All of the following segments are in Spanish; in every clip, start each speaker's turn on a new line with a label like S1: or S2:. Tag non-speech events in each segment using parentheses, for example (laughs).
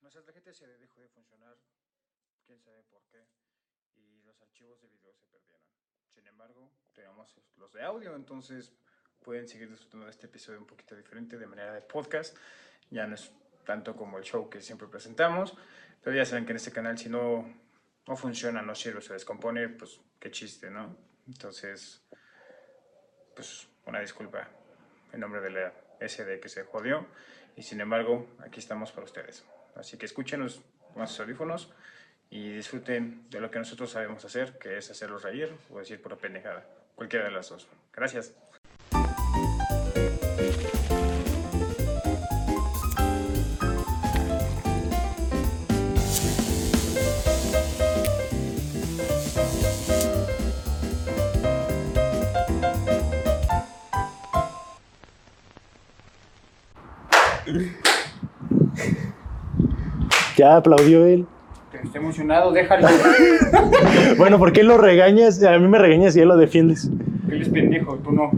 S1: Nuestra tarjeta se dejó de funcionar, quién sabe por qué, y los archivos de video se perdieron. Sin embargo, tenemos los de audio, entonces pueden seguir disfrutando de este episodio un poquito diferente, de manera de podcast. Ya no es tanto como el show que siempre presentamos, pero ya saben que en este canal si no, no funciona, no sirve, se descompone, pues qué chiste, ¿no? Entonces, pues una disculpa en nombre de la SD que se jodió y sin embargo aquí estamos para ustedes. Así que escúchenos con sus audífonos y disfruten de lo que nosotros sabemos hacer, que es hacerlos reír o decir pura pendejada, cualquiera de las dos. Gracias.
S2: Ya aplaudió él.
S1: Estoy emocionado, (laughs) déjalo.
S2: (laughs) Bueno, ¿por qué lo regañas? A mí me regañas y él lo defiendes.
S1: Él es pendejo, tú (laughs) no.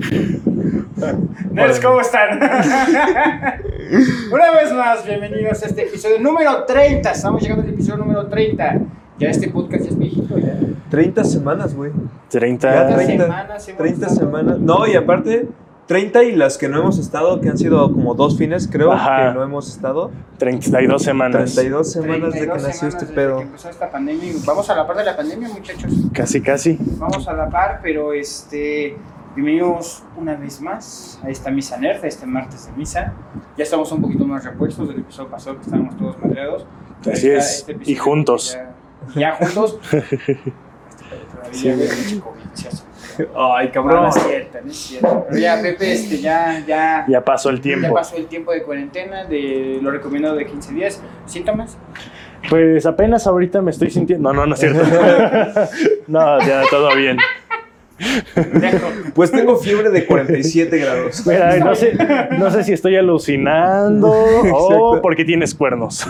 S1: Nerds, ¿cómo están? (laughs) Una vez más, bienvenidos a este episodio número 30. Estamos llegando al episodio número 30. Ya este podcast ya es viejito, ya.
S3: 30 semanas, güey.
S2: 30.
S1: Ya
S3: 30
S1: semanas hemos
S3: 30
S1: estado.
S3: semanas. No, y aparte, 30 y las que no hemos estado, que han sido como dos fines, creo,
S2: Ajá.
S3: que no hemos estado.
S2: 32 semanas.
S3: 32 semanas de que
S1: 32
S3: nació
S1: semanas
S3: este
S1: desde que
S3: pedo.
S1: empezó esta pandemia. y Vamos a la par de la pandemia, muchachos.
S2: Casi, casi.
S1: Vamos a la par, pero este. Bienvenidos una vez más a esta misa nerd, a este martes de misa. Ya estamos un poquito más repuestos del episodio pasado que estábamos todos madreados. Ahí
S2: Así
S1: está
S2: es,
S1: este
S2: y
S1: episodio que
S2: juntos.
S1: Ya, ya
S2: (laughs)
S1: juntos. Este pedo todavía,
S2: Sí,
S1: güey, pinche COVID, sí, así.
S3: Ay,
S1: No, no
S3: cabrón.
S1: es cierto, no es cierto. Pero ya, Pepe, este, ya, ya,
S2: Ya pasó el
S1: ya
S2: tiempo.
S1: pasó el tiempo de cuarentena, de lo recomendado de 15 días. ¿Síntomas?
S2: Pues apenas ahorita me estoy sintiendo. No, no, no es (laughs) cierto. no, ya todo bien.
S1: Dejo.
S3: Pues tengo fiebre de 47 (laughs) grados.
S2: Mira, no sé, no sé si estoy (laughs) alucinando o
S3: Exacto.
S2: porque tienes cuernos.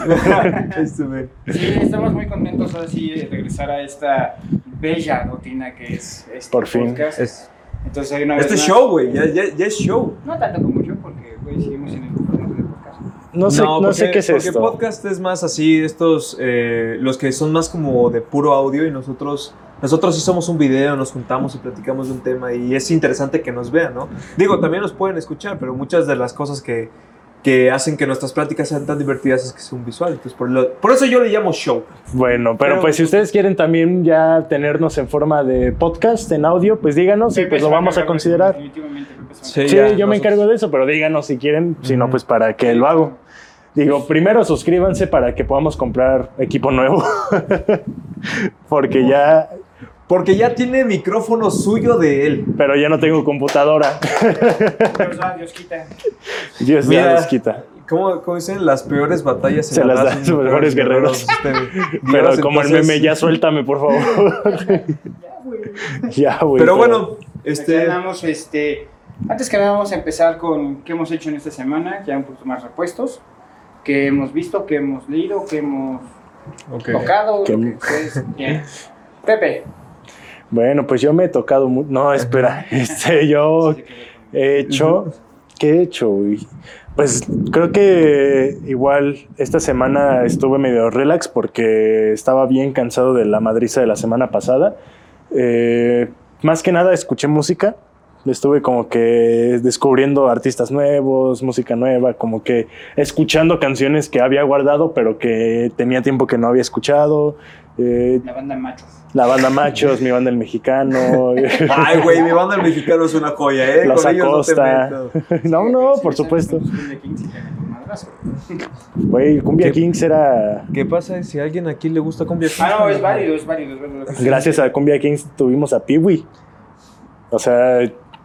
S3: Este, güey.
S1: Sí, estamos muy contentos ahora sí de regresar a esta bella rutina que es este
S2: Por fin.
S1: podcast.
S3: Es-
S1: Entonces, hay una vez
S3: Este es
S1: más-
S3: show, güey. Ya, ya, ya es show.
S1: No tanto como yo, porque güey, seguimos en el formato de podcast.
S2: No sé, no, sé
S3: porque-
S2: qué es
S3: porque
S2: esto.
S3: podcast es más así, estos, eh, los que son más como de puro audio y nosotros, nosotros sí somos un video, nos juntamos y platicamos de un tema y es interesante que nos vean, ¿no? Digo, también nos pueden escuchar, pero muchas de las cosas que, que hacen que nuestras pláticas sean tan divertidas es que es un visual. Entonces, por, lo- por eso yo le llamo show.
S2: Bueno, pero
S3: Pero-
S2: pues si ustedes quieren también ya tenernos en forma de podcast, en audio, pues díganos y
S1: Pepe
S2: pues
S1: se
S2: lo
S1: va
S2: vamos a
S1: encargar,
S2: considerar.
S1: Definitivamente, Pepe se va a
S2: Sí,
S3: ya,
S2: yo me
S3: nosotros-
S2: encargo de eso, pero díganos si quieren, si no,
S3: Ujú.
S2: pues para que lo hago. Digo, primero suscríbanse para que podamos comprar equipo nuevo. (laughs) Porque ya,
S3: Porque ya tiene micrófono suyo de él.
S2: pero ya no tengo computadora. (laughs)
S1: encargar. Dios va, Dios quita.
S2: Dios ya
S3: Mira,
S2: los quita.
S3: ¿Cómo, cómo dicen? Las peores batallas
S2: Se las
S3: las
S2: dan sus mejores guerreros. (laughs) Pero como el meme, ya suéltame, por favor. (laughs)
S1: Ya, güey.
S2: ya, güey.
S3: Pero bueno, este...
S1: Aquí andamos, Pues este, antes que nada vamos a empezar con qué hemos hecho en esta semana, ya un poquito más repuestos, qué hemos visto, qué hemos leído, qué hemos
S3: Ok.
S1: tocado,
S2: Que-
S1: lo que ustedes quieran. Pepe.
S2: Bueno, pues yo me he tocado. mu- No, espera. (laughs) Este, yo he hecho. ¿Qué he hecho, güey? Pues creo que igual esta semana estuve medio relax porque estaba bien cansado de la madriza de la semana pasada. Eh, más que nada escuché música. Estuve como que descubriendo artistas nuevos, música nueva, como que escuchando canciones que había guardado pero que tenía tiempo que no había escuchado. Eh,
S1: La banda Machos.
S2: la banda Machos, mi banda El Mexicano. (laughs)
S3: Ay, güey, mi banda el mexicano es una joya, ¿eh?
S2: Los
S3: Con ellos no te
S2: Acosta.
S3: metas.
S2: No, no, por supuesto. Güey, Cumbia
S3: ¿Qué?
S2: Kings era.
S3: ¿Qué pasa si a alguien aquí le gusta cumbia?
S1: Ah, no, es válido, es válido. Es válido.
S2: Gracias a Cumbia Kings tuvimos a Peewee. O sea,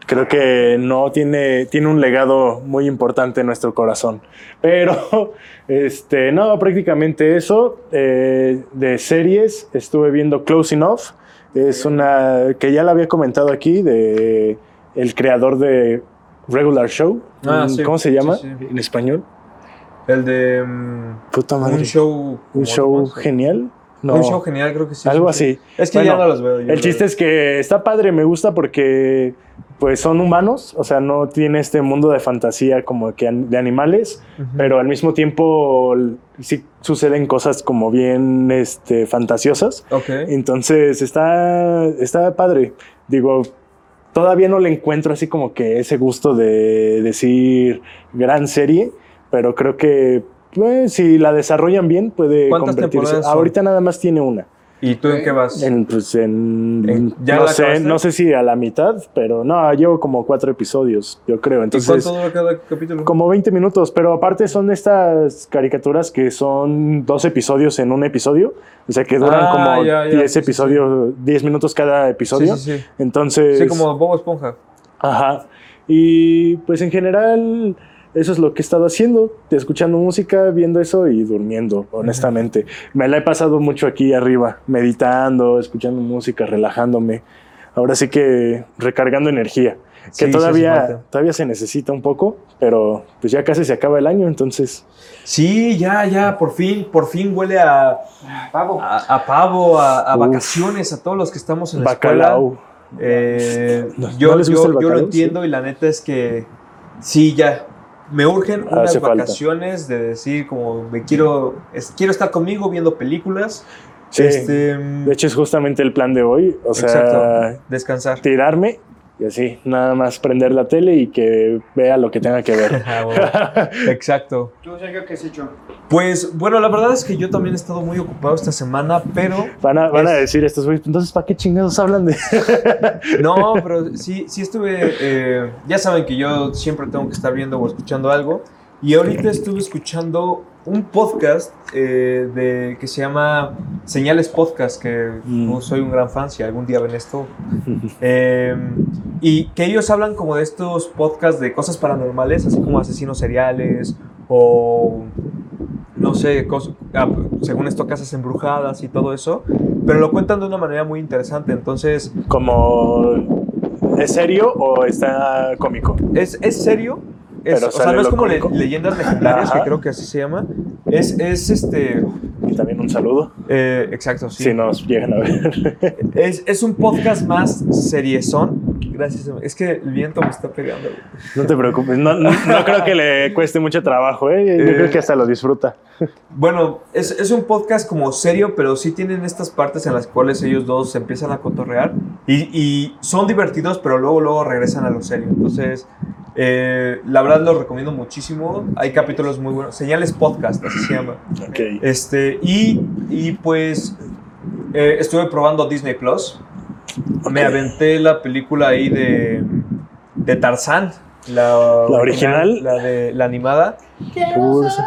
S2: creo que no tiene, tiene un legado muy importante en nuestro corazón. Pero, (laughs) este, no, prácticamente eso. Eh, de series, estuve viendo Close Enough. Es una que ya la había comentado aquí, de el creador de Regular Show.
S3: Ah,
S2: Mm,
S3: sí,
S2: ¿Cómo se llama?
S3: sí, sí.
S2: En español.
S3: El de. mm,
S2: Puta madre.
S3: un show.
S2: Un show genial. No.
S3: Un show genial, creo que sí.
S2: Algo
S3: sí.
S2: así.
S3: Es que ya
S2: Bueno,
S3: no los veo. yo,
S2: El chiste es que está padre, me gusta porque pues son humanos, o sea, no tiene este mundo de fantasía como que an- de animales,
S3: Ujú.
S2: pero al mismo tiempo l- sí suceden cosas como bien este, fantasiosas.
S3: Ok.
S2: Entonces está, está padre. Digo, todavía no le encuentro así como que ese gusto de decir gran serie, pero creo que pues, si la desarrollan bien puede
S3: ¿Cuántas
S2: convertirse.
S3: temporadas son?
S2: Ahorita nada más tiene una.
S3: ¿Y tú en qué vas?
S2: En, pues en.
S3: ¿En- Eh, ya
S2: no,
S3: la
S2: sé,
S3: acabaste?
S2: no sé si a la mitad, pero no, llevo como cuatro episodios, yo creo.
S3: ¿Y
S2: Entonces,
S3: cuánto dura cada capítulo?
S2: como 20 minutos, pero aparte son estas caricaturas que son dos episodios en un episodio, o sea que duran
S3: Ah,
S2: como
S3: ya, ya,
S2: 10
S3: sí, sí,
S2: episodios, 10 minutos cada
S3: Sí,
S2: episodio. Pues
S3: sí, sí.
S2: Entonces.
S3: Sí, como Bobo Esponja.
S2: Ajá. Y pues en general eso es lo que he estado haciendo, escuchando música, viendo eso y durmiendo, honestamente. Me la he pasado mucho aquí arriba, meditando, escuchando música, relajándome. Ahora sí que recargando energía,
S3: Sí,
S2: que
S3: sí,
S2: todavía,
S3: hace falta.
S2: todavía se necesita un poco, pero pues ya casi se acaba el año, entonces
S3: Sí, ya, ya, por fin, por fin huele a,
S1: Ah, Pavo.
S3: a, a pavo, a, a
S2: Uf.
S3: vacaciones, a todos los que estamos en la escuela.
S2: bacalao.
S3: Eh,
S2: (laughs) ¿No-
S3: yo,
S2: no les gusta
S3: yo-
S2: el
S3: yo lo
S2: bacalao?
S3: entiendo y la neta es que sí, ya. Me urgen unas
S2: Ah, Hace falta.
S3: vacaciones de decir como me quiero, es- quiero estar conmigo viendo películas.
S2: Sí.
S3: Este,
S2: De hecho es justamente el plan de hoy, o sea,
S3: Exacto. descansar.
S2: tirarme y así, nada más prender la tele y que vea lo que tenga que ver.
S3: (laughs) Ah, (laughs) bueno. Exacto.
S1: ¿Tú, Sergio, qué has hecho?
S3: Pues bueno, la verdad es que yo también he estado muy ocupado esta semana, pero
S2: Van a, van a
S3: Es-
S2: decir estos güeyes, entonces, ¿para qué chingados hablan de...? (laughs)
S3: No, pero sí, sí estuve. eh, ya saben que yo siempre tengo que estar viendo o escuchando algo. Y ahorita estuve escuchando un podcast eh, de, que se llama Señales Podcast, que
S2: Mm.
S3: no soy un gran fan, si algún día ven esto. Eh, y que ellos hablan como de estos podcasts de cosas paranormales, así como asesinos seriales o no sé, cos- ah, según esto, casas embrujadas y todo eso. Pero lo cuentan de una manera muy interesante, entonces...
S2: Como, ¿es serio o está cómico?
S3: es, es serio. Es-
S2: Pero
S3: o sea,
S2: sale
S3: no es
S2: lo
S3: como le-
S2: cómico.
S3: leyendas legendarias, que
S2: Ajá.
S3: creo que así se llama. Es, es este.
S2: Y también un saludo,
S3: eh, exacto, sí.
S2: si nos llegan a ver. (laughs)
S3: Es, es un podcast más seriezón. Gracias. Es que el viento me está pegando. güey.
S2: No te preocupes, no, no- no creo que le cueste mucho trabajo, ¿eh? Yo
S3: Eh.
S2: creo que hasta lo disfruta.
S3: Bueno, es, es un podcast como serio, pero sí tienen estas partes en las cuales ellos dos se empiezan a cotorrear y, y son divertidos, pero luego, luego regresan a lo serio. Entonces, eh, la verdad los recomiendo muchísimo. Hay capítulos muy buenos. Señales Podcast, así se llama.
S2: Ok.
S3: Este, y, y, pues eh, estuve probando Disney Plus. Me
S2: Ok.
S3: aventé la película ahí de, de Tarzán. La,
S2: ¿La original?
S3: La, de, la animada.
S2: Curso.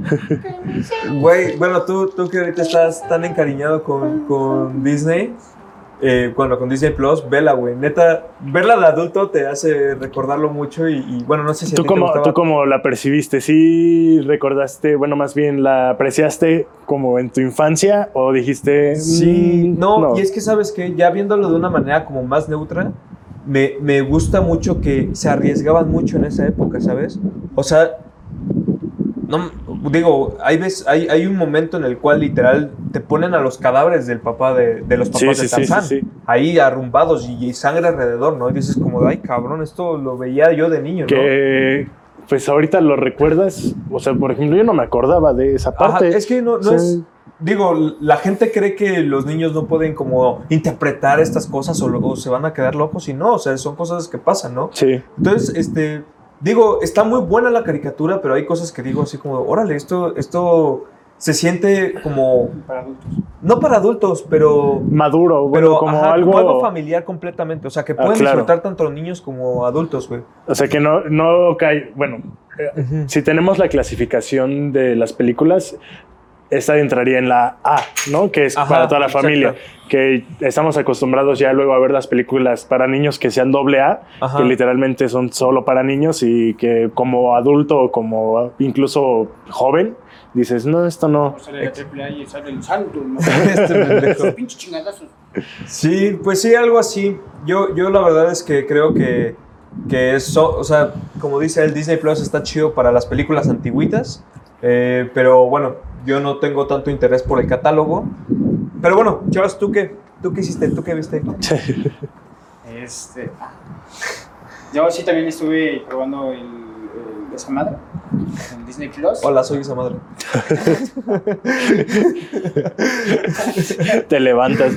S4: (laughs)
S3: Güey, bueno, tú, tú que ahorita estás tan encariñado con, con Disney. eh, bueno, con Disney Plus, vela, güey. Neta, verla de adulto te hace recordarlo mucho y, y, bueno, no sé si a
S2: ¿Tú
S3: ti te
S2: cómo,
S3: gustaba.
S2: ¿Tú cómo la percibiste? ¿Sí recordaste, bueno, más bien la apreciaste como en tu infancia o dijiste...
S3: Sí,
S2: mm,
S3: no, y es que sabes que ya viéndolo de una manera como más neutra, me, me gusta mucho que se arriesgaban mucho en esa época, ¿sabes? O sea, no, digo, hay, veces, hay, hay un momento en el cual literal te ponen a los cadáveres del papá de, de los
S2: Sí,
S3: papás
S2: sí, sí,
S3: de
S2: sí,
S3: Tarzán,
S2: sí.
S3: ahí arrumbados y, y sangre alrededor, ¿no? Y dices como, ay cabrón, esto lo veía yo de niño, ¿no?
S2: que pues ahorita lo recuerdas, o sea, por ejemplo, yo no me acordaba de esa
S3: Ajá,
S2: parte.
S3: es que no, no
S2: Sí.
S3: es... Digo, la gente cree que los niños no pueden como interpretar estas cosas o, lo- o se van a quedar locos y no, o sea, son cosas que pasan, ¿no?
S2: Sí,
S3: Entonces, este, digo, está muy buena la caricatura, pero hay cosas que digo así como, órale, esto, esto se siente como,
S1: Para adultos.
S3: no para adultos, pero,
S2: maduro, bueno,
S3: pero
S2: como,
S3: ajá,
S2: algo,
S3: familiar completamente, o sea, que
S2: Ah,
S3: pueden
S2: claro.
S3: disfrutar tanto niños como adultos, güey.
S2: O sea, que no, no cae. Bueno, si tenemos la clasificación de las películas, esta entraría en la A, ¿no? Que es
S3: Ajá,
S2: para toda la
S3: exacto.
S2: familia. Que estamos acostumbrados ya luego a ver las películas para niños que sean doble A,
S3: Ajá.
S2: que
S3: (laughs)
S2: literalmente son solo para niños y que como adulto o como incluso joven, dices, no, esto no.
S3: (laughs)
S1: O sale la triple A y sale el santo. ¿no?
S2: (laughs)
S3: Este pendejo.
S1: Esos pinches chingadazos.
S3: Sí, pues sí, algo así. Yo, yo la verdad es que creo que, que eso, o sea, como dice el Disney Plus está chido para las películas antiguitas, eh, pero bueno, yo no tengo tanto interés por el catálogo. Pero bueno, Charles, ¿tú qué? ¿Tú qué hiciste? ¿Tú qué (laughs) viste?
S4: Este. ah. Yo sí también estuve probando el, el- esa madre en Disney Plus.
S3: Hola, soy esa madre.
S2: Te levantas.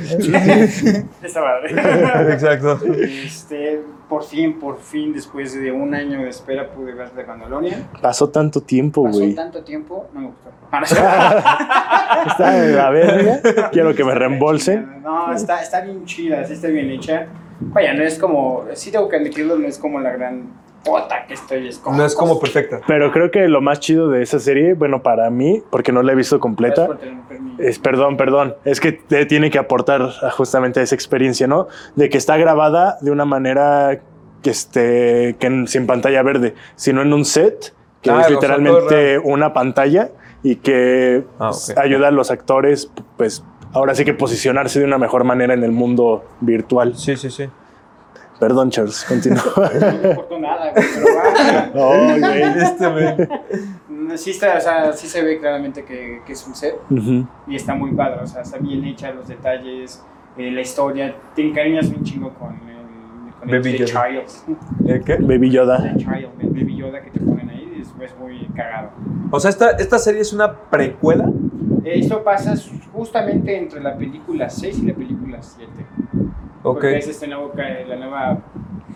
S4: Esa madre.
S3: (laughs) (laughs) Exacto.
S4: Este, por fin, por fin, después de un año de espera, pude ver The Mandalorian.
S2: Pasó tanto tiempo,
S4: Pasó
S2: güey.
S4: tanto tiempo, no me gustó. Ah, no es cierto.
S2: Está a
S3: (laughs)
S2: ver, quiero que me
S4: Está bien
S2: reembolsen.
S4: chida. (laughs) No, está, está bien chida, sí está bien hecha. Vaya, no es como, sí tengo que admitirlo, no es como la gran pota que estoy. Es como,
S3: No es como perfecta.
S2: Pero creo que lo más chido de esa serie, bueno, para mí, porque no la he visto
S4: Gracias
S2: completa,
S4: por tenerme mi-
S2: es perdón, perdón, es que te tiene que aportar a justamente a esa experiencia, ¿no? De que está grabada de una manera que esté que en- sin pantalla verde, sino en un set que
S3: Claro, Ah, o
S2: es
S3: sea, todo
S2: literalmente
S3: real.
S2: una pantalla y que
S3: Ah,
S2: pues,
S3: ok.
S2: ayuda a los actores, pues ahora sí que posicionarse de una mejor manera en el mundo virtual.
S3: Sí, sí, sí.
S2: Perdón, Charles,
S3: (laughs)
S2: continúa.
S4: No me importó nada, güey, pero va.
S2: Ay, güey.
S3: Este, güey.
S4: Mm, Sí, está, o sea, sí se ve claramente que, que es un set
S2: Ujú.
S4: y está muy padre, o sea, está bien hecha los detalles, eh, la historia, te encariñas un chingo con el, con el
S3: Baby
S4: The
S3: Yoda.
S4: Child,
S3: ¿Eh, ¿Qué?
S2: Baby Yoda.
S4: The Child, el Baby Yoda que te ponen ahí, es, es muy cagado.
S3: O sea, esta, esta serie es una precuela.
S4: Eso pasa justamente entre la película 6 y la película 7.
S3: Ok.
S4: Porque es este nuevo ca- la nueva,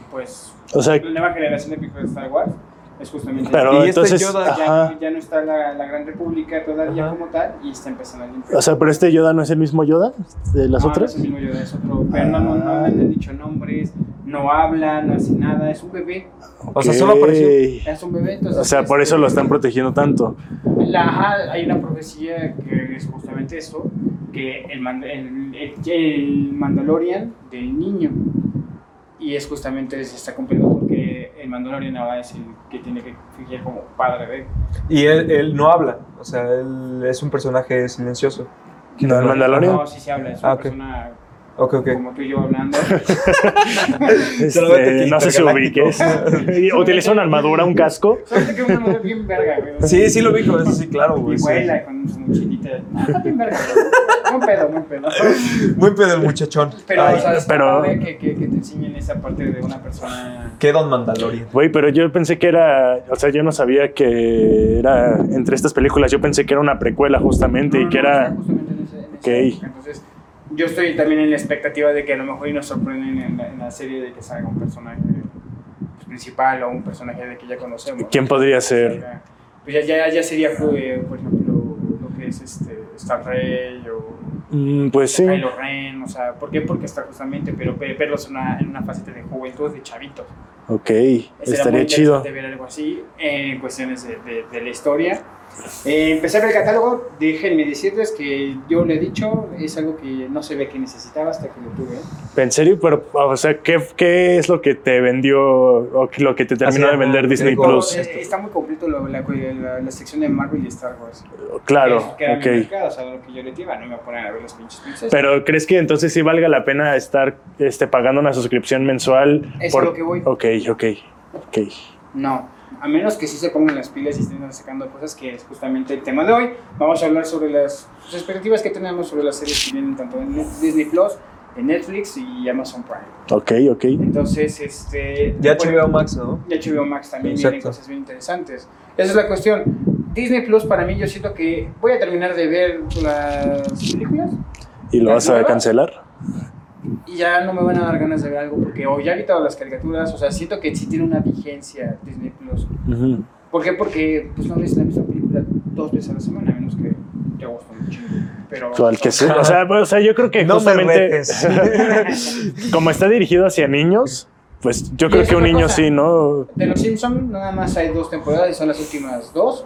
S4: pues,
S2: O sea,
S4: la nueva generación de películas de Star Wars. Es justamente.
S2: pero
S3: este
S2: entonces,
S3: Yoda ya-
S2: ajá.
S4: ya, ya no está la, la Gran República todavía
S3: Ajá.
S4: como tal y está empezando a limpiar.
S2: O sea, pero este Yoda no es el mismo Yoda de las
S3: Ah,
S4: No,
S2: otras.
S4: No, es el mismo Yoda, es otro, pero no, no, no le han dicho nombres, no habla, no hace nada, es un bebé.
S3: O sea, solo apareció.
S2: Ok.
S4: Es un bebé, entonces.
S2: O sea, por
S4: este,
S2: eso lo están protegiendo tanto.
S4: La, ajá, hay una profecía que es justamente eso, que el, mand- el, el- el Mandalorian del niño, y es justamente se está cumpliendo porque el Mandalorian ahora es el que tiene que fingir como padre de...
S3: Y él, él no habla. O sea, él es un personaje silencioso.
S2: ¿No el Mandalorian?
S4: No, sí se habla, es una
S3: Ah, ok.
S4: persona
S3: Ok, ok.
S4: como tú y
S2: (laughs)
S4: yo hablando.
S2: Este, no sé si ubiques. Utiliza una armadura, un casco.
S4: Solamente que una mujer bien verga, güey.
S3: Sí, sí lo ubico. Eso sí, claro, güey.
S4: Y
S3: sí.
S4: vuela con su mochilita. Ah, está bien verga. Muy pedo, muy pedo.
S3: Muy pedo el muchachón.
S4: Pero,
S3: Ay,
S4: o sea, está
S2: pero-
S4: padre que, que, que te enseñen esa parte de una persona.
S3: qué Don Mandalorian.
S2: Güey, pero yo pensé que era. O sea, yo no sabía que era entre estas películas. Yo pensé que era una precuela justamente y
S4: No,
S2: que
S4: no,
S2: era.
S4: está justamente en ese- en esa
S2: Ok.
S4: época. Entonces, yo estoy también en la expectativa de que a lo mejor y nos sorprenden en la, en la serie de que salga un personaje pues, principal o un personaje de que ya conocemos.
S2: ¿Quién podría ser?
S4: Salga- Pues ya, ya, ya sería, eh, por ejemplo, lo que es este, Star Rey o
S2: Mm, pues sí.
S4: Kylo Ren, o sea, ¿por qué? Porque está justamente, pero ve- verlos en una, en una faceta de juventud, de chavitos.
S2: Ok.
S4: Estaría muy
S2: Estaría chido.
S4: interesante ver algo así eh, en cuestiones de, de- de la historia. Eh, empecé a ver el catálogo, déjenme decirles que yo lo he dicho, es algo que no se ve que necesitaba hasta que lo tuve.
S2: En serio, pero, o sea, ¿qué, qué es lo que te vendió o lo que te terminó
S3: Así,
S2: de vender
S3: ajá,
S2: Disney
S3: digo,
S2: Plus?
S4: Eh, está muy completo lo- la, la- la sección de Marvel y Star Wars.
S2: Claro,
S4: Que era mi
S2: ok.
S4: mercado, o sea, lo que yo le iba, no me ponen a ver los pinches princesas.
S2: Pero ¿crees que entonces sí valga la pena estar este, pagando una suscripción mensual?
S4: Es a lo que voy.
S2: Ok, ok, ok.
S4: No, a menos que sí se pongan las pilas y estén sacando cosas que es justamente el tema de hoy. Vamos a hablar sobre las pues, expectativas que tenemos sobre las series que vienen tanto en Net- Disney Plus, en Netflix y Amazon Prime.
S2: Ok, ok.
S4: Entonces, este.
S3: Ya
S4: bueno,
S3: HBO Max, ¿no?
S4: Ya HBO Max también vienen
S3: Exacto.
S4: cosas bien interesantes. Esa es la cuestión. Disney Plus, para mí, yo siento que voy a terminar de ver las películas
S2: ¿Y lo vas a
S4: ¿Nuevas?
S2: cancelar?
S4: y ya no me van a dar ganas de ver algo porque o ya he quitado las caricaturas, o sea, siento que sí tiene una vigencia Disney Plus.
S2: Ujú.
S4: ¿Por qué? Porque pues, no ves la misma película dos veces a la semana, a menos que te guste un chingo. Pero,
S2: O al que sea. O sea, pues, o sea, yo creo que
S3: No me
S2: justamente (laughs)
S3: retes.
S2: como está dirigido hacia niños, pues yo
S4: Y
S2: creo
S4: es
S2: que un
S4: otra
S2: niño
S4: cosa.
S2: sí, ¿no?
S4: De Los Simpsons nada más hay dos temporadas y son las últimas dos.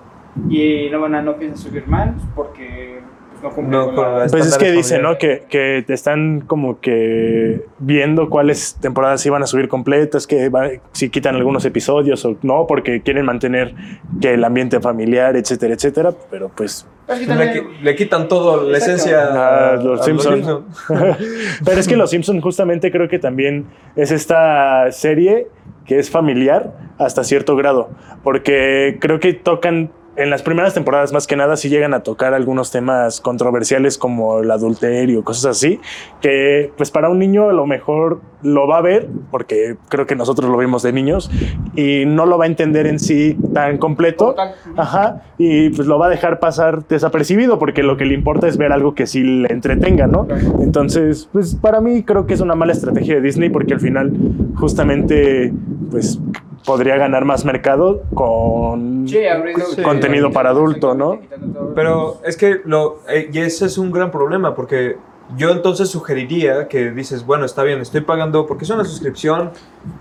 S4: Y no van a, no piensan subir más porque pues, no cumplen
S3: No,
S4: con
S3: con
S4: la...
S3: las-
S2: Pues es que
S3: Estándares
S2: dice, ¿no?
S4: familiares.
S2: Que, que te están como que viendo cuáles temporadas iban a subir completas, que va- si quitan algunos episodios o no, porque quieren mantener que el ambiente familiar, etcétera, etcétera. Pero pues
S4: Pues, que
S3: Le,
S4: también-
S3: qui- le quitan todo, la
S4: Exacto.
S3: esencia
S2: A los Simpson.
S3: Simpson.
S2: (laughs) Pero es que Los Simpson justamente creo que también es esta serie que es familiar hasta cierto grado, porque creo que tocan en las primeras temporadas más que nada sí llegan a tocar algunos temas controversiales como el adulterio, cosas así, que pues para un niño a lo mejor lo va a ver, porque creo que nosotros lo vimos de niños, y no lo va a entender en sí tan completo,
S4: Total.
S2: ajá, y pues lo va a dejar pasar desapercibido, porque lo que le importa es ver algo que sí le entretenga, ¿no?
S4: Claro.
S2: Entonces, pues para mí creo que es una mala estrategia de Disney porque al final justamente pues podría ganar más mercado con
S4: Sí, abriendo-
S2: Sí. contenido para adulto, ¿no?
S4: Quitando todo.
S3: Pero es que lo, eh, y ese es un gran problema porque yo entonces sugeriría que dices, bueno, está bien, estoy pagando, porque es una suscripción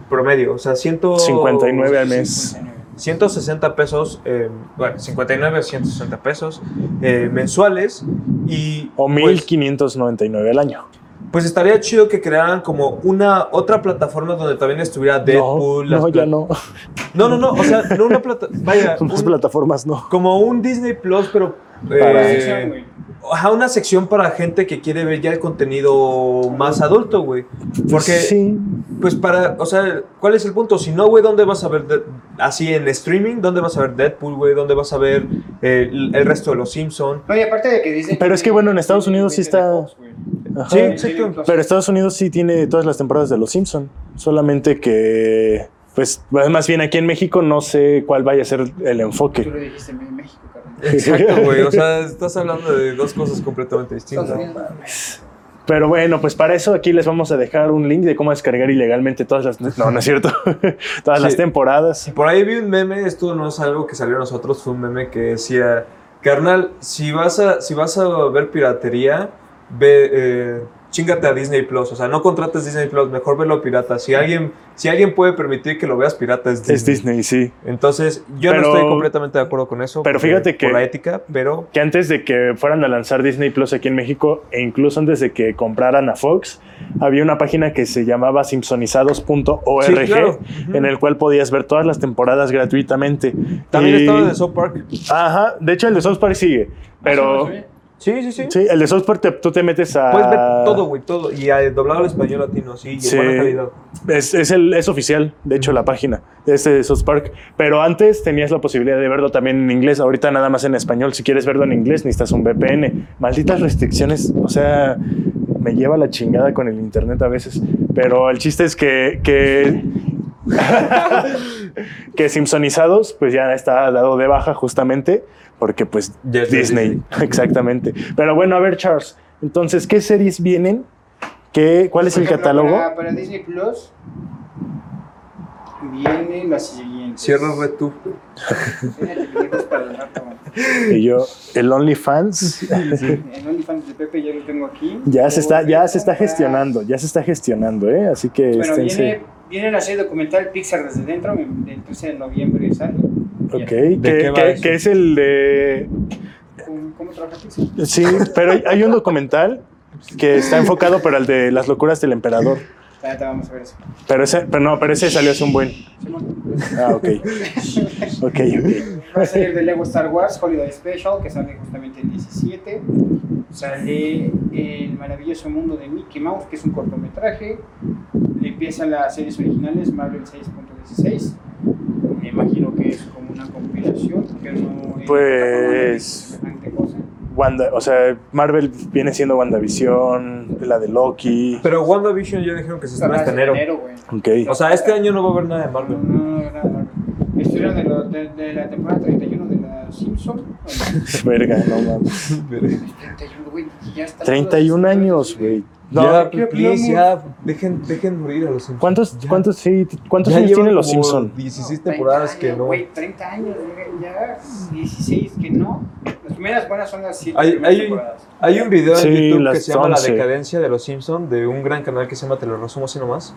S3: promedio, o sea,
S2: 59 al
S3: meses.
S2: mes.
S3: 160 pesos, eh, bueno, 59 a 160 pesos eh, mensuales y...
S2: O
S3: pues,
S2: 1599 al año.
S3: Pues estaría chido que crearan como una otra plataforma donde también estuviera Deadpool.
S2: no,
S3: las
S2: no, ya
S3: pla- (laughs)
S2: no. (laughs)
S3: No, no, no, o sea, no una plata... Vaya,
S2: Más
S3: un-
S2: plataformas no.
S3: como un Disney Plus, pero...
S2: Para-
S3: eh,
S4: Sección, güey.
S3: Ajá, una sección para gente que quiere ver ya el contenido más adulto, güey. Porque,
S2: sí,
S3: pues para, o sea, ¿cuál es el punto? Si no, güey, ¿dónde vas a ver, de- así en streaming, dónde vas a ver Deadpool, güey? ¿Dónde vas a ver eh, el, el resto de los Simpsons?
S4: No, y aparte de que dicen.
S2: Pero es que, bueno, en Estados Unidos sí está- ajá.
S3: Sí, exacto.
S2: Pero Estados Unidos sí tiene todas las temporadas de Los Simpson, solamente que pues más bien aquí en México no sé cuál vaya a ser el
S4: Tú
S2: enfoque.
S4: lo dijiste en México, carnal.
S3: Exacto, güey. O sea, estás hablando de dos cosas completamente
S4: Estados
S3: distintas.
S4: Unidos.
S2: Pero bueno, pues para eso aquí les vamos a dejar un link de cómo descargar ilegalmente todas las... No, no es cierto. (laughs) todas
S3: Sí.
S2: las temporadas.
S3: Por ahí vi un meme, esto no es algo que salió a nosotros, fue un meme que decía, carnal, si vas a, si vas a ver piratería, ve, eh, chingate a Disney Plus, o sea, no contrates Disney Plus, mejor velo pirata. Si alguien, si alguien puede permitir que lo veas pirata es Disney.
S2: Es Disney, sí.
S3: Entonces, yo
S2: Pero-
S3: no estoy completamente de acuerdo con eso.
S2: pero
S3: porque-
S2: fíjate que-
S3: Por la ética, pero...
S2: Que antes de que fueran a lanzar Disney Plus aquí en México, e incluso antes de que compraran a Fox, había una página que se llamaba simpsonizados.org,
S3: Sí, claro.
S2: en el cual podías ver todas las temporadas gratuitamente.
S3: También
S2: Y-
S3: estaba de South Park. Ah,
S2: Ajá, de hecho el de South Park sigue, pero...
S3: Sí, sí, sí.
S2: Sí, el de South Park te- tú te metes a...
S3: Puedes ver todo, güey, todo. Y eh, doblado al español latino, sí, y en
S2: Sí.
S3: buena calidad.
S2: Es, es el, es oficial, de hecho, la página este de South Park. Pero antes tenías la posibilidad de verlo también en inglés. Ahorita nada más en español. Si quieres verlo en inglés, necesitas un VPN. Malditas restricciones. O sea, me lleva la chingada con el internet a veces. Pero el chiste es que. que (laughs) que Simpsonizados pues ya está dado de baja justamente porque pues
S3: Ya es de
S2: Disney, (laughs) exactamente. Pero bueno, a ver Charles, entonces, ¿qué series vienen? ¿Qué, ¿Cuál es
S4: Por
S2: el
S4: ejemplo,
S2: catálogo?
S4: Para, para Disney Plus viene la siguiente.
S3: Cierra Red Tube.
S2: Y yo, el OnlyFans
S4: El OnlyFans de Pepe ya lo tengo aquí.
S2: ya se está, ya se está
S4: Compras.
S2: gestionando, ya se está gestionando, ¿eh? Así que
S4: Bueno,
S2: esténse.
S4: viene, viene la serie documental Pixar desde dentro, del 13 de noviembre sale.
S2: Ok,
S4: Ya.
S2: que,
S3: ¿De qué va
S2: que-
S3: eso?
S2: que es el de.
S4: ¿Cómo, cómo trabaja Pixar?
S2: Sí, pero hay, hay un documental que está enfocado para el de las locuras del emperador.
S4: Ahorita vamos a ver eso.
S2: Pero ese, pero no, pero ese salió hace un buen.
S4: Simón.
S2: Ah, ok. Ok, ok. (laughs)
S4: Va a salir de Lego Star Wars Holiday Special, que sale justamente el 17. Sale El maravilloso mundo de Mickey Mouse, que es un cortometraje. Le empiezan las series originales, Marvel 6.16. Me imagino que es como una compilación, porque no es
S2: Pues-
S4: semejante cosa.
S2: Wanda, o sea, Marvel viene siendo WandaVision, la de Loki.
S3: Pero WandaVision ya dijeron que se estrena hasta
S4: Hasta
S3: enero.
S4: güey.
S2: Ok.
S3: O sea, este año no va a haber nada de
S2: (laughs)
S4: No,
S3: Marvel.
S4: no, no, no, no. Estreno de, lo- de- de la temporada 31 de la
S2: (laughs)
S4: Simpson.
S2: Verga, no mames.
S4: 31, güey, ya está.
S2: 31 años, güey. No,
S3: ya,
S2: ¿qué
S3: please,
S2: hablamos?
S3: ya, dejen, dejen morir a los Simpsons.
S2: ¿Cuántos,
S3: Ya.
S2: cuántos, sí, ¿cuántos
S3: Ya
S2: años
S3: llevan
S2: tienen los
S3: como
S2: Simpson?
S3: 16 temporadas que no.
S4: Güey, 30 años, güey, ya 16 que no. Las primeras buenas son las 7
S3: Hay-
S4: primeras
S3: hay-
S4: temporadas.
S3: Hay un video en
S2: Sí,
S3: YouTube que
S2: las
S3: se llama La
S2: 11.
S3: decadencia de los Simpsons de un gran canal que se llama Te lo resumo así nomás.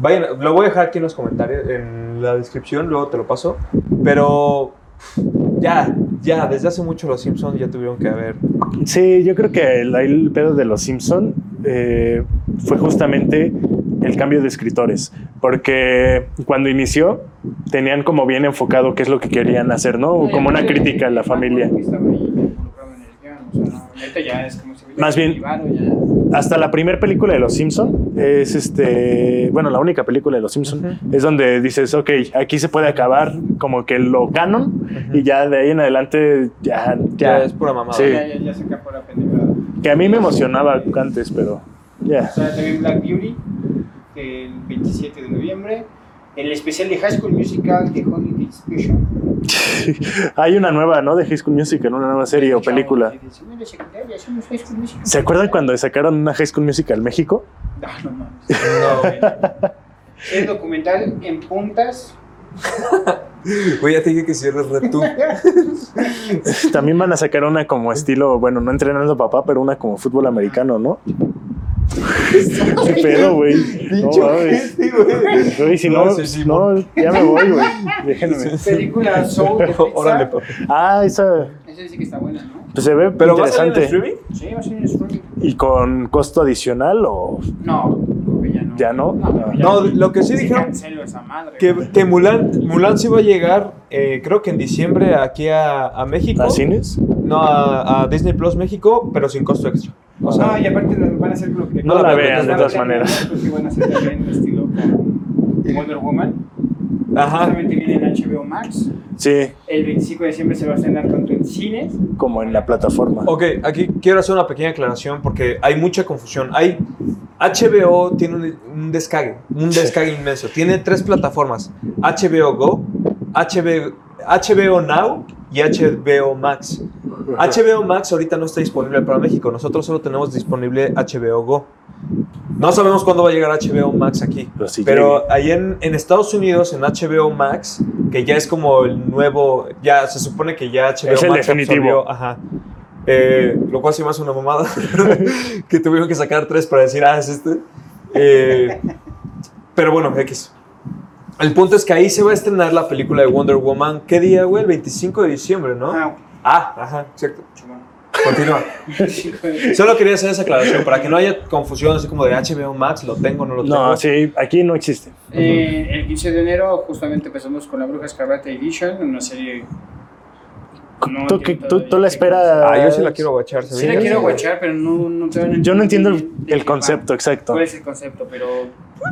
S3: Vayan, lo voy a dejar aquí en los comentarios, en la descripción, luego te lo paso. Pero ya, ya, desde hace mucho los Simpsons ya tuvieron que haber.
S2: Sí, yo creo que el, el pedo de los Simpson eh, fue justamente el cambio de escritores, porque cuando inició tenían como bien enfocado qué es lo que querían hacer, ¿no? Como una crítica a la familia.
S4: Estaba ahí involucrado en el guión, o sea, no, ahorita ya es como si hubiera
S2: Más bien-
S4: derivado ya.
S2: hasta la primera película de Los Simpson es este, bueno, la única película de Los Simpson es donde dices, ok, aquí se puede acabar como que lo canon y ya de ahí en adelante ya,
S3: Ya,
S2: ya,
S3: es pura mamada.
S2: Sí.
S4: Ya, ya, ya se acabó la pendejada.
S2: que a mí me emocionaba antes, pero
S4: O
S2: ya.
S4: sea, también Black Beauty, el 27 de noviembre. El especial de High School Musical de Holiday Special.
S2: Hay una nueva, ¿no? De High School Musical, una nueva serie o película. ¿Se acuerdan
S4: (laughs)
S2: cuando sacaron una High School Musical México? (laughs)
S4: No, Ah, no mames. No, El documental en puntas.
S3: Güey, ya te dije que cierres red tú.
S2: También van a sacar una como estilo, bueno, no entrenando a papá, pero una como fútbol americano, ¿no? (laughs) ¿Qué pedo, güey? No, mames. Güey, si no,
S3: No, sí, sí,
S2: no, ya me voy, (laughs) güey. Déjenme.
S4: Película Soul de Pixar.
S3: Órale, papá.
S2: Ah, esa
S4: Esa dice que está buena, ¿no?
S2: pues, se ve
S3: ¿Pero va a salir en
S2: interesante.
S3: streaming?
S4: Sí, va a ser en streaming.
S2: ¿Y con costo adicional o...?
S4: No, creo que ya no.
S2: ¿Ya no?
S4: No,
S3: No, lo que sí
S4: Sí
S3: dijeron
S4: cancelo esa madre.
S3: que, que Mulan, Mulan sí va a llegar, eh, creo que en diciembre aquí a, a México.
S2: ¿A cines?
S3: No, a, a Disney Plus México, pero sin costo extra. O sea,
S4: no, y aparte nos van a hacer lo que
S2: No la vean, de
S4: Van a
S2: todas
S4: hacer-
S2: maneras.
S4: Porque pues, van a hacer también estilo con Wonder Woman.
S3: ajá.
S4: Justamente viene en HBO Max.
S2: Sí,
S4: El 25 de diciembre se va a estrenar tanto en cines.
S2: como en la plataforma.
S3: Ok, aquí quiero hacer una pequeña aclaración porque hay mucha confusión. Hay HBO tiene un, un descague, un descague inmenso. Tiene tres plataformas: HBO Go, HBO, HBO Now y HBO Max. HBO Max ahorita no está disponible para México. Nosotros solo tenemos disponible HBO Go. No sabemos cuándo va a llegar HBO Max aquí.
S2: Pero si
S3: Pero ahí en, en Estados Unidos, en HBO Max, que ya es como el nuevo, ya se supone que ya HBO
S2: Es el
S3: Max
S2: definitivo.
S3: absorbió, ajá. Eh, lo cual se me hace una mamada, (laughs) que tuvieron que sacar tres para decir, ah, es este. Eh, pero bueno, X. El punto es que ahí se va a estrenar la película de Wonder Woman. ¿Qué día, güey? El 25 de diciembre, ¿no?
S4: Ah,
S3: Ah, ajá, exacto.
S4: (laughs) chumón.
S3: Continúa.
S4: 25 de-
S3: Solo quería hacer esa aclaración para que no haya confusión, así como de HBO Max, lo tengo, no lo tengo.
S2: No, sí, aquí no existe.
S4: Eh, el 15 de enero justamente empezamos con la Bruja Escarlata Edition, una serie... No
S2: ¿Tú, qué-
S4: entiendo
S2: tú,
S4: todavía
S2: tú la
S4: qué
S2: esperas?
S3: Ah, yo sí la quiero guachar.
S4: Sí la
S2: Sí,
S4: quiero
S2: sí.
S4: guachar, pero no, no te van a
S2: Yo no entiendo el,
S4: bien de
S2: el
S4: qué
S2: concepto, exacto.
S4: va. ¿Cuál es el concepto? Pero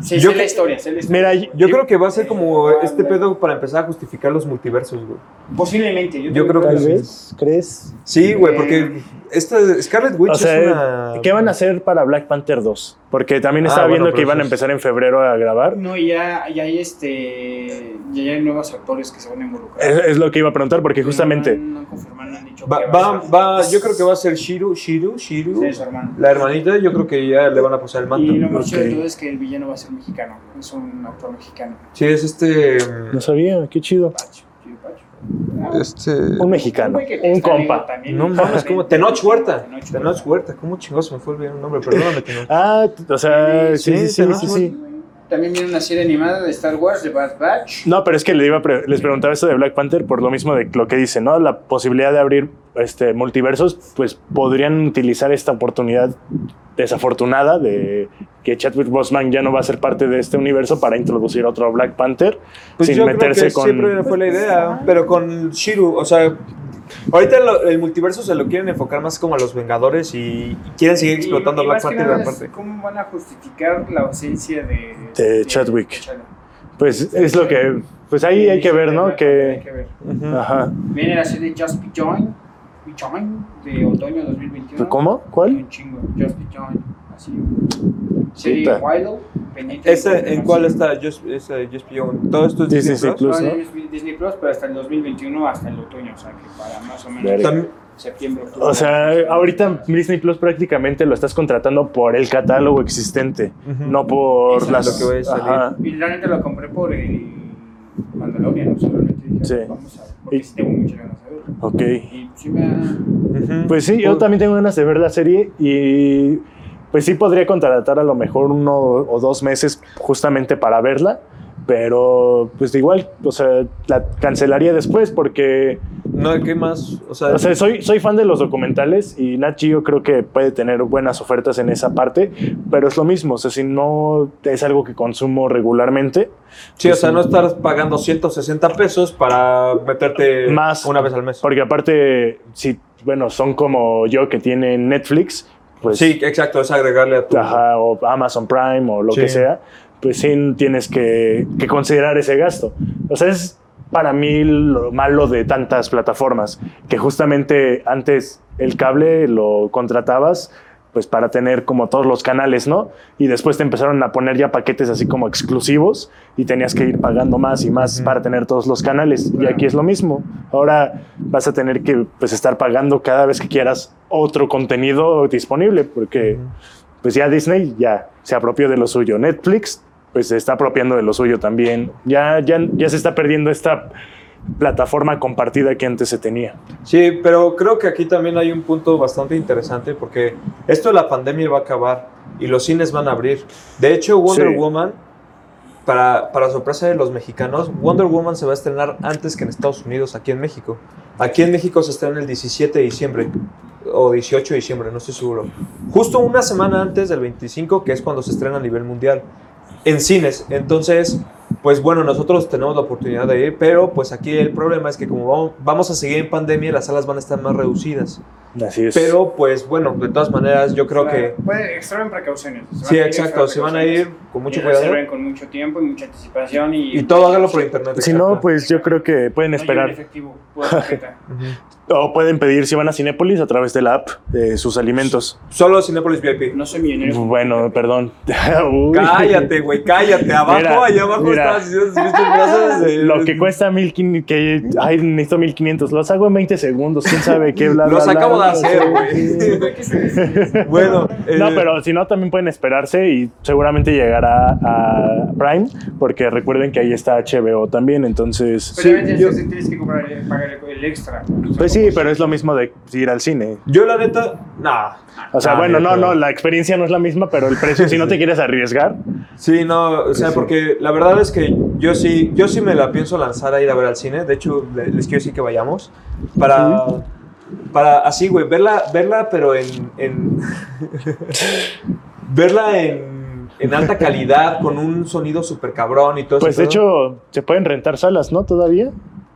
S4: sí,
S3: Yo
S4: sé la
S3: que-
S4: historia, sé la
S2: Mira,
S4: historia.
S2: yo-
S3: Yo creo que va a ser como este pedo para empezar a justificar los multiversos, güey.
S4: Posiblemente.
S3: yo creo que
S2: Tal
S3: sí.
S2: vez, ¿crees?
S3: Sí, güey,
S4: Eh,
S3: porque esta Scarlet Witch
S2: O
S3: es
S2: sea,
S3: una...
S2: ¿qué van a hacer para Black Panther 2? Porque también
S3: Ah,
S2: estaba
S3: bueno,
S2: viendo que
S3: pero
S2: iban a
S3: eso es-
S2: empezar en febrero a grabar.
S4: No, y ya, ya hay este... Ya hay nuevos actores que se van a involucrar.
S2: Es, es lo que iba a preguntar, porque justamente.
S4: No, han- no han confirmado, no han dicho
S3: Va,
S4: que
S3: va,
S4: ser.
S3: va- yo creo que va a ser Shiru, Shiru, Shiru.
S4: Sí, su hermano.
S3: La hermanita, yo creo que ya le van a pasar el
S4: Y lo
S3: manto.
S4: más chido de
S2: Ok.
S4: todo es que el villano va a ser mexicano. Es un actor mexicano.
S3: Sí, es este...
S2: No sabía, qué chido.
S4: Pacho, tío Pacho.
S3: Este...
S2: Un mexicano,
S4: güey que te
S2: un
S4: está
S2: compa.
S4: viendo también.
S3: No mames, como Tenoch Huerta.
S4: Tenoch
S3: Tenoch Huerta, cómo chingados me fue olvidando el nombre, perdóname, Tenoch.
S2: Ah, o sea, sí, sí,
S3: Sí,
S2: sí,
S3: te-
S2: sí, sí.
S4: También viene una serie animada de Star Wars, de Bad Batch.
S2: No, pero es que le iba a pre- les preguntaba esto de Black Panther por lo mismo de lo que dice, ¿no? La posibilidad de abrir este multiversos, pues podrían utilizar esta oportunidad desafortunada de que Chadwick Boseman ya no va a ser parte de este universo para introducir otro Black Panther
S3: Pues
S2: sin
S3: yo
S2: meterse
S3: creo que
S2: con
S3: siempre fue la idea, pero con Shiru, o sea, ahorita lo- el multiverso se lo quieren enfocar más como a los Vengadores y quieren seguir explotando
S4: Y- y
S3: Black
S4: más que
S3: Panther
S4: nada
S3: y
S4: es
S3: aparte.
S4: ¿Cómo van a justificar la ausencia de,
S2: De Chadwick.
S4: Chadwick.
S2: pues es lo que pues ahí hay que ver, ¿no?
S4: Hay
S2: Que
S4: que ver.
S2: ajá.
S4: Viene la serie Just Be Join, Be Join, de otoño 2021.
S2: ¿Cómo? ¿Cuál?
S4: Un chingo, Just Be Join, así. Serie
S2: Puta.
S4: Wildo, pendiente.
S3: ¿Ese, ¿En cuál está Just, ese Just Beyond? ¿Todo esto es
S2: Disney
S3: Disney Plus?
S2: Plus,
S4: No,
S2: ¿no?
S4: Disney- Disney Plus, pero hasta el 2021, hasta el otoño, o sea que para más o menos
S2: Verga.
S3: También-
S4: septiembre. octubre.
S2: O sea, ahorita Disney Plus prácticamente lo estás contratando por el catálogo existente,
S3: Ujú.
S2: no por
S4: Exacto.
S2: las
S4: Lo
S3: que vaya a salir.
S4: Y realmente lo compré por el Mandalorian, o sea, realmente dije,
S2: Sí.
S4: vamos a ver, porque
S2: Y-
S4: sí tengo muchas ganas de verlo.
S2: Ok.
S4: Y sí me ha...
S3: Ujú.
S2: Pues sí, yo
S3: Por-
S2: también tengo ganas de ver la serie y pues sí podría contratar a lo mejor uno o dos meses justamente para verla, pero pues igual, o sea, la cancelaría después porque,
S3: No, ¿qué más? O sea,
S2: o sea, soy, soy fan de los documentales y Nat Geo creo que puede tener buenas ofertas en esa parte, pero es lo mismo, o sea, si no es algo que consumo regularmente, pues
S3: sí, o sea, no estar pagando 160 pesos para meterte
S2: Más.
S3: una vez al mes.
S2: Porque aparte, si, bueno, son como yo que tienen Netflix, pues,
S3: sí, exacto, es agregarle a tu.
S2: ajá, o Amazon Prime o lo
S3: Sí.
S2: que sea, pues sí tienes que, que considerar ese gasto. O sea, es para mí lo malo de tantas plataformas, que justamente antes el cable lo contratabas pues para tener como todos los canales, ¿no? Y después te empezaron a poner ya paquetes así como exclusivos y tenías que ir pagando más y más
S3: Ujú.
S2: para tener todos los canales. Y
S4: Claro.
S2: aquí es lo mismo. Ahora vas a tener que pues estar pagando cada vez que quieras otro contenido disponible porque pues ya Disney ya se apropió de lo suyo. Netflix pues se está apropiando de lo suyo también. Ya, ya, ya se está perdiendo esta plataforma compartida que antes se tenía.
S3: Sí, pero creo que aquí también hay un punto bastante interesante porque esto de la pandemia va a acabar y los cines van a abrir. De hecho, Wonder
S2: Sí.
S3: Woman, para, para sorpresa de los mexicanos, Wonder Woman se va a estrenar antes que en Estados Unidos, aquí en México. Aquí en México se estrena el 17 de diciembre o 18 de diciembre, no estoy seguro. Justo una semana antes del 25, que es cuando se estrena a nivel mundial, en cines. Entonces, pues bueno, nosotros tenemos la oportunidad de ir, pero pues aquí el problema es que como vamos, vamos a seguir en pandemia, las salas van a estar más reducidas.
S2: Así es.
S3: Pero pues bueno, de todas maneras, yo creo que...
S4: Puede, extremen precauciones. se
S3: Sí,
S4: van a ir
S3: exacto,
S4: extremen
S3: se van a
S4: precauciones.
S3: ir con mucho
S4: Y
S3: cuidado.
S4: reserven con mucho tiempo y mucha anticipación. Y,
S3: Y todo hágalo por internet.
S2: si
S3: exacto.
S2: no, pues yo creo que pueden
S4: No lleven
S2: esperar
S4: efectivo, pura
S2: (laughs)
S4: tarjeta.
S3: Ujú.
S2: o pueden pedir si van a Cinépolis a través de la app eh, sus alimentos.
S3: Solo Cinepolis VIP.
S4: No soy millonario.
S2: Bueno, perdón. (laughs) Uy.
S3: Cállate, güey, cállate. Abajo,
S2: Mira,
S3: allá abajo
S2: mira.
S3: estabas
S2: (laughs)
S3: haciendo tus brazos de-
S2: Lo que cuesta 1500, que ay, necesito 1500, los hago en 20 segundos, quién sabe qué, bla, bla,
S3: Los
S2: bla,
S3: acabo de
S2: bla,
S3: hacer,
S2: bla.
S4: (laughs)
S3: güey. (laughs)
S4: ¿Qué se dice?
S3: bueno, eh,
S2: No, pero si no, también pueden esperarse y seguramente llegará a Prime, porque recuerden que ahí está HBO también, entonces...
S4: Pero
S3: Sí,
S4: obviamente
S3: yo-
S4: tienes- tienes que comprar el- pagar el, el extra.
S2: Pues sí, pero es lo mismo de ir al cine.
S3: Yo la neta, nah.
S2: O sea,
S3: Ah,
S2: bueno,
S3: mira,
S2: no,
S3: pero-
S2: no, la experiencia no es la misma, pero el precio, si no te quieres arriesgar,
S3: Sí, no, o sea, porque la verdad es que yo sí, yo sí me la pienso lanzar a ir a ver al cine. De hecho, le- les quiero decir que vayamos para, para así, güey, verla, verla, pero en, en- (laughs) verla en, en alta calidad con un sonido súper cabrón y todo. ese
S2: pues de
S3: pedo.
S2: hecho, se pueden rentar salas, ¿no? Todavía.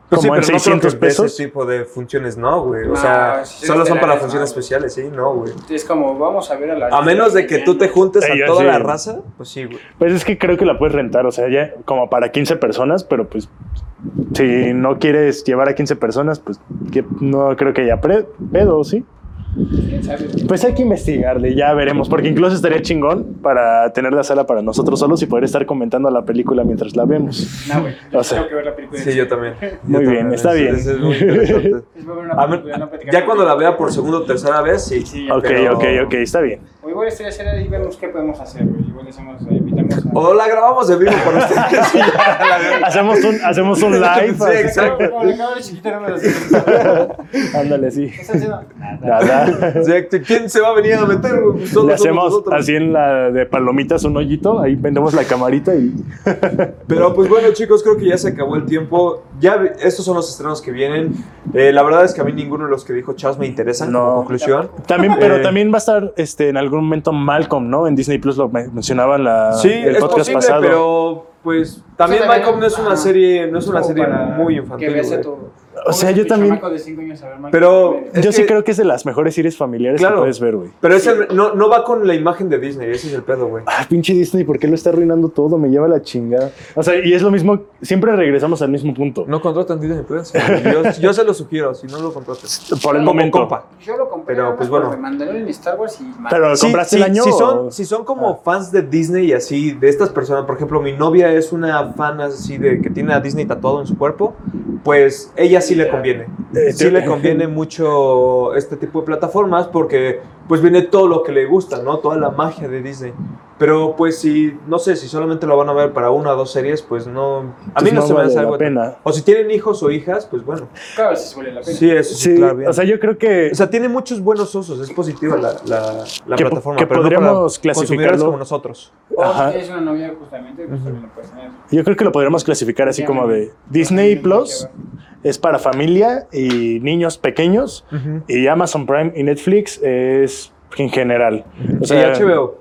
S3: Pues sí,
S2: Como en
S3: pero no creo
S2: 600
S3: que
S2: pesos.
S3: Ese tipo de funciones, no, güey. O
S4: No,
S3: sea,
S4: sí,
S3: solo son para
S4: estelares,
S3: funciones
S4: no.
S3: especiales, sí, no, güey.
S4: Es como, vamos a ver a la.
S3: A menos de que tú te juntes
S2: Sí,
S3: a
S2: yo
S3: toda
S2: sí.
S3: la raza, pues sí, güey.
S2: Pues es que creo que la puedes rentar, o sea, ya como para 15 personas, pero pues si no quieres llevar a 15 personas, pues que no creo que haya pre- pedo, ¿sí?
S4: ¿Quién sabe?
S2: Pues hay que investigarle, ya veremos, porque incluso estaría chingón para tener la sala para nosotros solos y poder estar comentando la película mientras la vemos. (laughs)
S4: No, güey.
S2: O sea,
S4: tengo que ver la película.
S3: Sí, yo también.
S2: Muy
S3: Yo
S2: bien,
S3: también,
S2: está
S3: eso-
S2: bien.
S3: eso es
S2: (laughs)
S3: muy interesante.
S4: (laughs) Es ver una
S3: A ver,
S4: película, no platicar
S3: ya
S4: con
S3: cuando la
S4: nadie.
S3: vea por segunda o tercera vez, sí.
S4: Sí,
S2: Ok,
S3: pero-
S2: ok, ok, está bien.
S4: O igual estoy haciendo y vemos qué podemos hacer, güey. Igual hacemos, eh, invitamos a.
S3: O la grabamos de vivo
S4: (laughs)
S3: para ustedes. Sí, ya, la verdad.
S2: Hacemos un, hacemos
S3: (laughs)
S2: un live.
S3: Sí,
S2: así.
S3: exacto.
S4: Como la cámara chiquita no me lo
S2: (laughs)
S4: sé.
S2: Ándale, sí.
S4: ¿Qué está haciendo? Nada.
S2: Nada.
S3: Exacto. ¿Quién se va a venir a meter? güey? Pues solo
S2: Le
S3: somos
S2: hacemos
S3: nosotros.
S2: así en la de palomitas un hoyito, ahí vendemos la camarita y
S3: Pero pues bueno, chicos, creo que ya se acabó el tiempo. Ya vi- estos son los estrenos que vienen. Eh, la verdad es que a mí ninguno de los que dijo Chas me interesa.
S2: No.
S3: Como conclusión.
S2: También, pero
S3: Eh.
S2: también va a estar este, en algún momento Malcolm, ¿no? En Disney Plus lo men- mencionaban la,
S3: Sí,
S2: Ah, el
S3: es
S2: podcast
S3: posible,
S2: pasado.
S3: pero pues también
S4: O sea,
S3: Malcolm no es una
S4: ajá.
S3: serie, no es una
S4: Como
S3: serie
S4: para
S3: muy infantil.
S4: Que veas a
S3: güey.
S4: tu.
S2: O sea, yo
S4: tu
S2: también-
S4: chamaco de cinco años a ver Michael
S3: Pero-
S4: Jackson.
S2: Yo
S3: es
S2: sí
S3: que-
S2: creo que es de las mejores series familiares
S3: Claro.
S2: que puedes ver, güey.
S3: Pero es el- no, no va con la imagen de Disney, ese es el pedo, güey.
S2: Ah, pinche Disney, ¿por qué lo está arruinando todo? Me lleva la chingada. O sea, y es lo mismo, siempre regresamos al mismo punto.
S3: No contratan Disney Plus. Yo, yo se lo sugiero, si no lo contratan.
S2: Por el
S3: Como
S2: momento.
S3: compa.
S4: Yo lo compré.
S3: Pero,
S4: nada más
S3: pues, bueno.
S4: por Mandalorian, Star Wars y.
S2: Pero lo
S3: Sí,
S2: compraste
S3: sí,
S2: el año.
S3: Si
S2: o- Ah.
S3: son, si son como fans de Disney y así, de estas personas, por ejemplo, mi novia es una fan así de que tiene a Disney tatuado en su cuerpo, pues ella sí le conviene.
S2: Eh,
S3: Sí
S2: te-
S3: le conviene mucho este tipo de plataformas porque pues viene todo lo que le gusta, ¿no? Toda la magia de Disney. Pero pues si, no sé, si solamente lo van a ver para una o dos series, pues no... A mí
S2: Pues
S3: no, se me
S2: vale
S3: hace
S2: la
S3: algo... tan-
S2: pena.
S3: O si tienen hijos o hijas, pues bueno.
S4: Claro, sí se vale la pena.
S3: Sí, eso sí,
S2: Sí,
S3: claro, bien.
S2: o sea, yo creo que
S3: O sea, tiene muchos buenos usos, es positiva la, la, la
S2: Que-
S3: plataforma.
S2: que
S3: pero no para
S2: podríamos
S3: consumidores
S2: clasificarlo.
S3: como nosotros.
S4: O
S2: Ajá.
S4: si tienes una novia, justamente, pues también lo puedes tener.
S2: yo creo que lo podríamos clasificar así como de Disney Plus es para familia y niños pequeños. Y Amazon Prime y Netflix es en general. O sea,
S3: y HBO.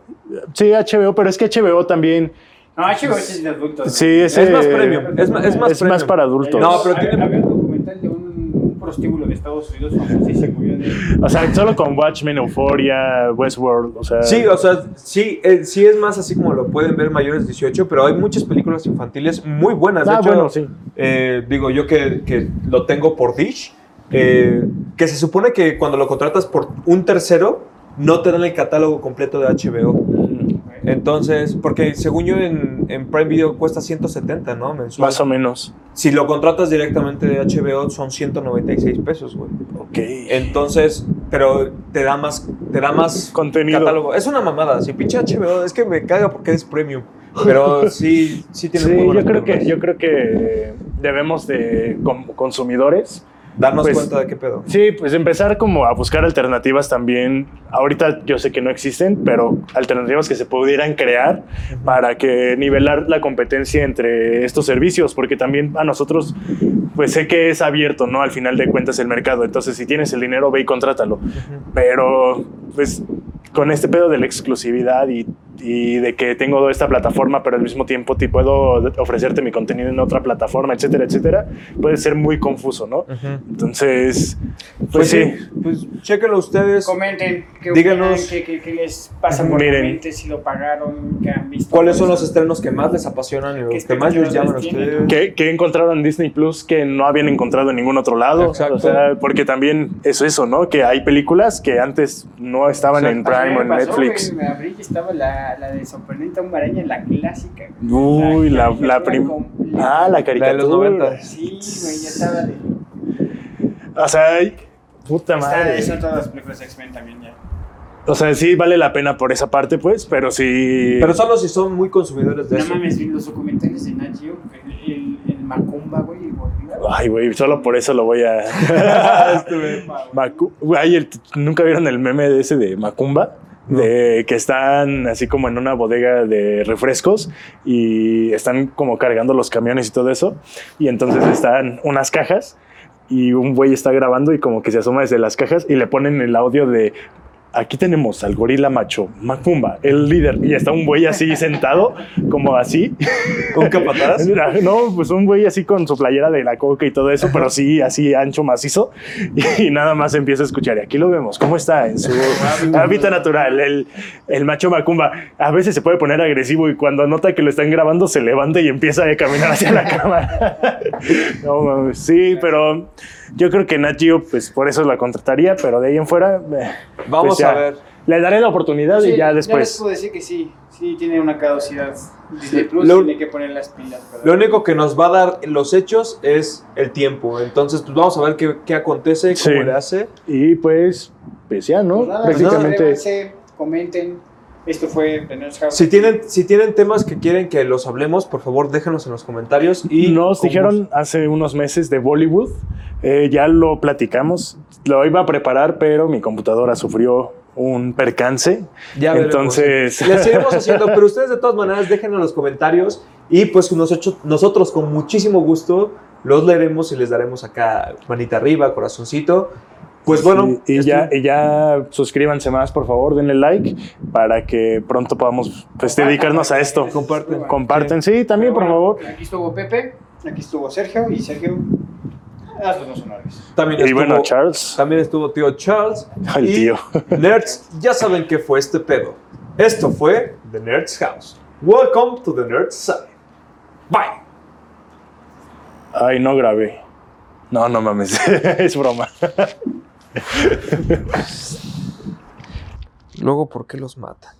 S2: Sí, HBO, pero es que HBO también.
S4: No, HBO es de adultos.
S2: Sí, ese-
S3: Eh, Es más premium, es ma- es más premium.
S2: para adultos.
S3: No, pero
S4: Había-
S3: tiene-
S4: Había un documental de un, un prostíbulo de Estados Unidos famosísimo. yo de-
S2: O sea, solo con Watchmen, Euphoria, Westworld, o sea...
S3: Sí, o sea, sí, eh, sí es más así como lo pueden ver mayores de 18, pero hay muchas películas infantiles muy buenas. De
S2: Ah,
S3: hecho,
S2: bueno, sí.
S3: eh, digo yo que, que lo tengo por Dish, eh, que se supone que cuando lo contratas por un tercero, no te dan el catálogo completo de HBO. Entonces, porque según yo en, en Prime Video cuesta 170, ¿no? Mensual.
S2: Más o menos.
S3: Si lo contratas directamente de HBO son 196 pesos, güey.
S2: Ok.
S3: Entonces, pero te da más, te da más
S2: Contenido.
S3: catálogo. Es una mamada, si pinche HBO, es que me caga porque es premium. Pero sí, sí tiene
S2: Sí,
S3: muy buenas
S2: yo creo, que,
S3: películas.
S2: yo creo que debemos de, como consumidores,
S3: darnos
S2: pues-
S3: cuenta de qué pedo.
S2: Sí, pues empezar como a buscar alternativas también. Ahorita yo sé que no existen, pero alternativas que se pudieran crear para que nivelar la competencia entre estos servicios, porque también a nosotros, pues sé que es abierto, ¿no? Al final de cuentas el mercado, entonces si tienes el dinero, ve y contrátalo. Pero, pues, con este pedo de la exclusividad y, y de que tengo esta plataforma, pero al mismo tiempo te puedo ofrecerte mi contenido en otra plataforma, etcétera, etcétera, puede ser muy confuso, ¿no? Entonces, pues, sí.
S3: Pues chéquenlo ustedes.
S4: Comenten qué
S3: Díganos.
S4: opinan, qué, qué- qué les pasa por
S2: Miren.
S4: la mente, si lo pagaron, qué han visto.
S3: ¿Cuáles son los estrenos que más les apasionan y los
S4: ¿Qué
S3: que más les llaman a
S4: expectativas tienen?
S3: ustedes?
S2: ¿Qué, qué encontraron en Disney Plus que no habían encontrado en ningún otro lado?
S3: Exacto.
S2: O sea, porque también es eso, ¿no? Que hay películas que antes no estaban en
S3: Exacto.
S4: A
S2: Prime
S4: mí me
S2: o en
S4: pasó,
S2: Netflix.
S4: güey, me abrí y estaba la, la de Sorprendente Humaraña, la clásica. güey.
S2: Uy, la,
S4: caricatura
S2: la prim-
S4: completa.
S2: Ah, la
S3: La de los
S2: caricatura.
S3: 90.
S4: Sí, güey, ya estaba de.
S2: O sea, ay, puta
S4: Está,
S2: madre.
S4: están todas las películas de X-Men también ya.
S2: O sea, sí vale la pena por esa parte, pues, pero sí.
S3: Pero solo si son muy consumidores de
S4: No
S3: eso.
S4: mames, vi los documentales de Nat Geo, el, el, el Macumba, güey, el
S3: (laughs)
S4: Gorila.
S2: Ay, güey, solo por eso lo voy a.
S4: (laughs)
S2: (laughs)
S3: Este,
S2: Macu- Ay, el- ¿nunca vieron el meme de ese de Macumba? De que están así como en una bodega de refrescos y están como cargando los camiones y todo eso. Y entonces están unas cajas y un güey está grabando y como que se asoma desde las cajas y le ponen el audio de aquí tenemos al gorila macho, Macumba, el líder. Y está un güey así sentado, como así.
S3: ¿Con capataz?
S2: No, pues un güey así con su playera de la coca y todo eso, pero sí así ancho, macizo. Y, nada más empieza a escuchar. Y aquí lo vemos, cómo está en su hábitat natural. El, el macho macumba a veces se puede poner agresivo y cuando nota que lo están grabando se levanta y empieza a caminar hacia
S4: (laughs)
S2: la cámara. No, mames, sí, pero yo creo que Nat Geo, pues por eso la contrataría, pero de ahí en fuera... eh,
S3: Vamos
S2: (laughs) pues, ya.
S3: a ver.
S2: Le daré la oportunidad y ya
S4: les
S2: después...
S4: puedo decir que sí, sí, tiene una caducidad. Disney
S3: Sí,
S4: Plus
S3: lo-
S4: tiene que poner las pilas. ¿verdad?
S3: Lo único que nos va a dar los hechos es el tiempo. Entonces, pues vamos a ver qué, qué acontece, cómo
S2: Sí.
S3: le hace.
S2: Y pues, pues ya, ¿no?
S4: Pues nada,
S2: Prácticamente...
S4: suscríbanse, comenten. Esto fue The Nerd House.
S3: Si tienen, si tienen temas que quieren que los hablemos, por favor, déjenos en los comentarios. Y
S2: Y nos
S3: como-
S2: dijeron hace unos meses de Bollywood, eh, ya lo platicamos, lo iba a preparar, pero mi computadora sufrió un percance.
S3: Ya veremos.
S2: Entonces-
S3: Les seguimos haciendo, pero ustedes de todas maneras déjenos en los comentarios. Y pues nosotros, nosotros con muchísimo gusto los leeremos y les daremos acá manita arriba, corazoncito. Pues bueno,
S2: y, y
S3: esto-
S2: ya, y ya suscríbanse más, por favor, denle like para que pronto podamos pues, dedicarnos a esto.
S3: Comparten.
S2: Comparten, sí, también, por
S4: Bueno,
S2: favor.
S4: Aquí estuvo Pepe, aquí estuvo Sergio y Sergio, haz los dos honores.
S3: también
S2: Y
S3: estuvo,
S2: bueno, Charles,
S3: también estuvo tío Charles.
S2: el
S3: y
S2: tío.
S3: (laughs) Nerds, ya saben qué fue este pedo. Esto fue The Nerds House. Welcome to the Nerds Side. Bye.
S2: Ay, no grabé. No, no mames, (laughs) es broma.
S3: Luego, ¿por qué los matan?